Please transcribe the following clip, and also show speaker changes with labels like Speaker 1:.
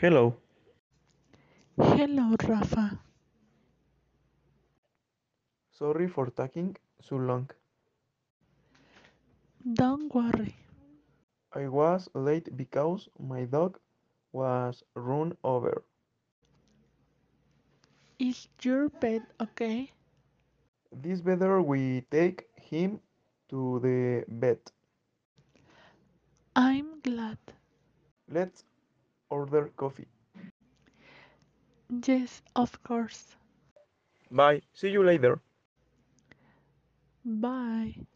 Speaker 1: Hello.
Speaker 2: Hello, Rafa.
Speaker 1: Sorry for taking so long.
Speaker 2: Don't worry.
Speaker 1: I was late because my dog was run over.
Speaker 2: Is your pet okay?
Speaker 1: This better we take him to the vet.
Speaker 2: I'm glad.
Speaker 1: Let's order coffee.
Speaker 2: Yes, of course.
Speaker 1: Bye. See you later.
Speaker 2: Bye.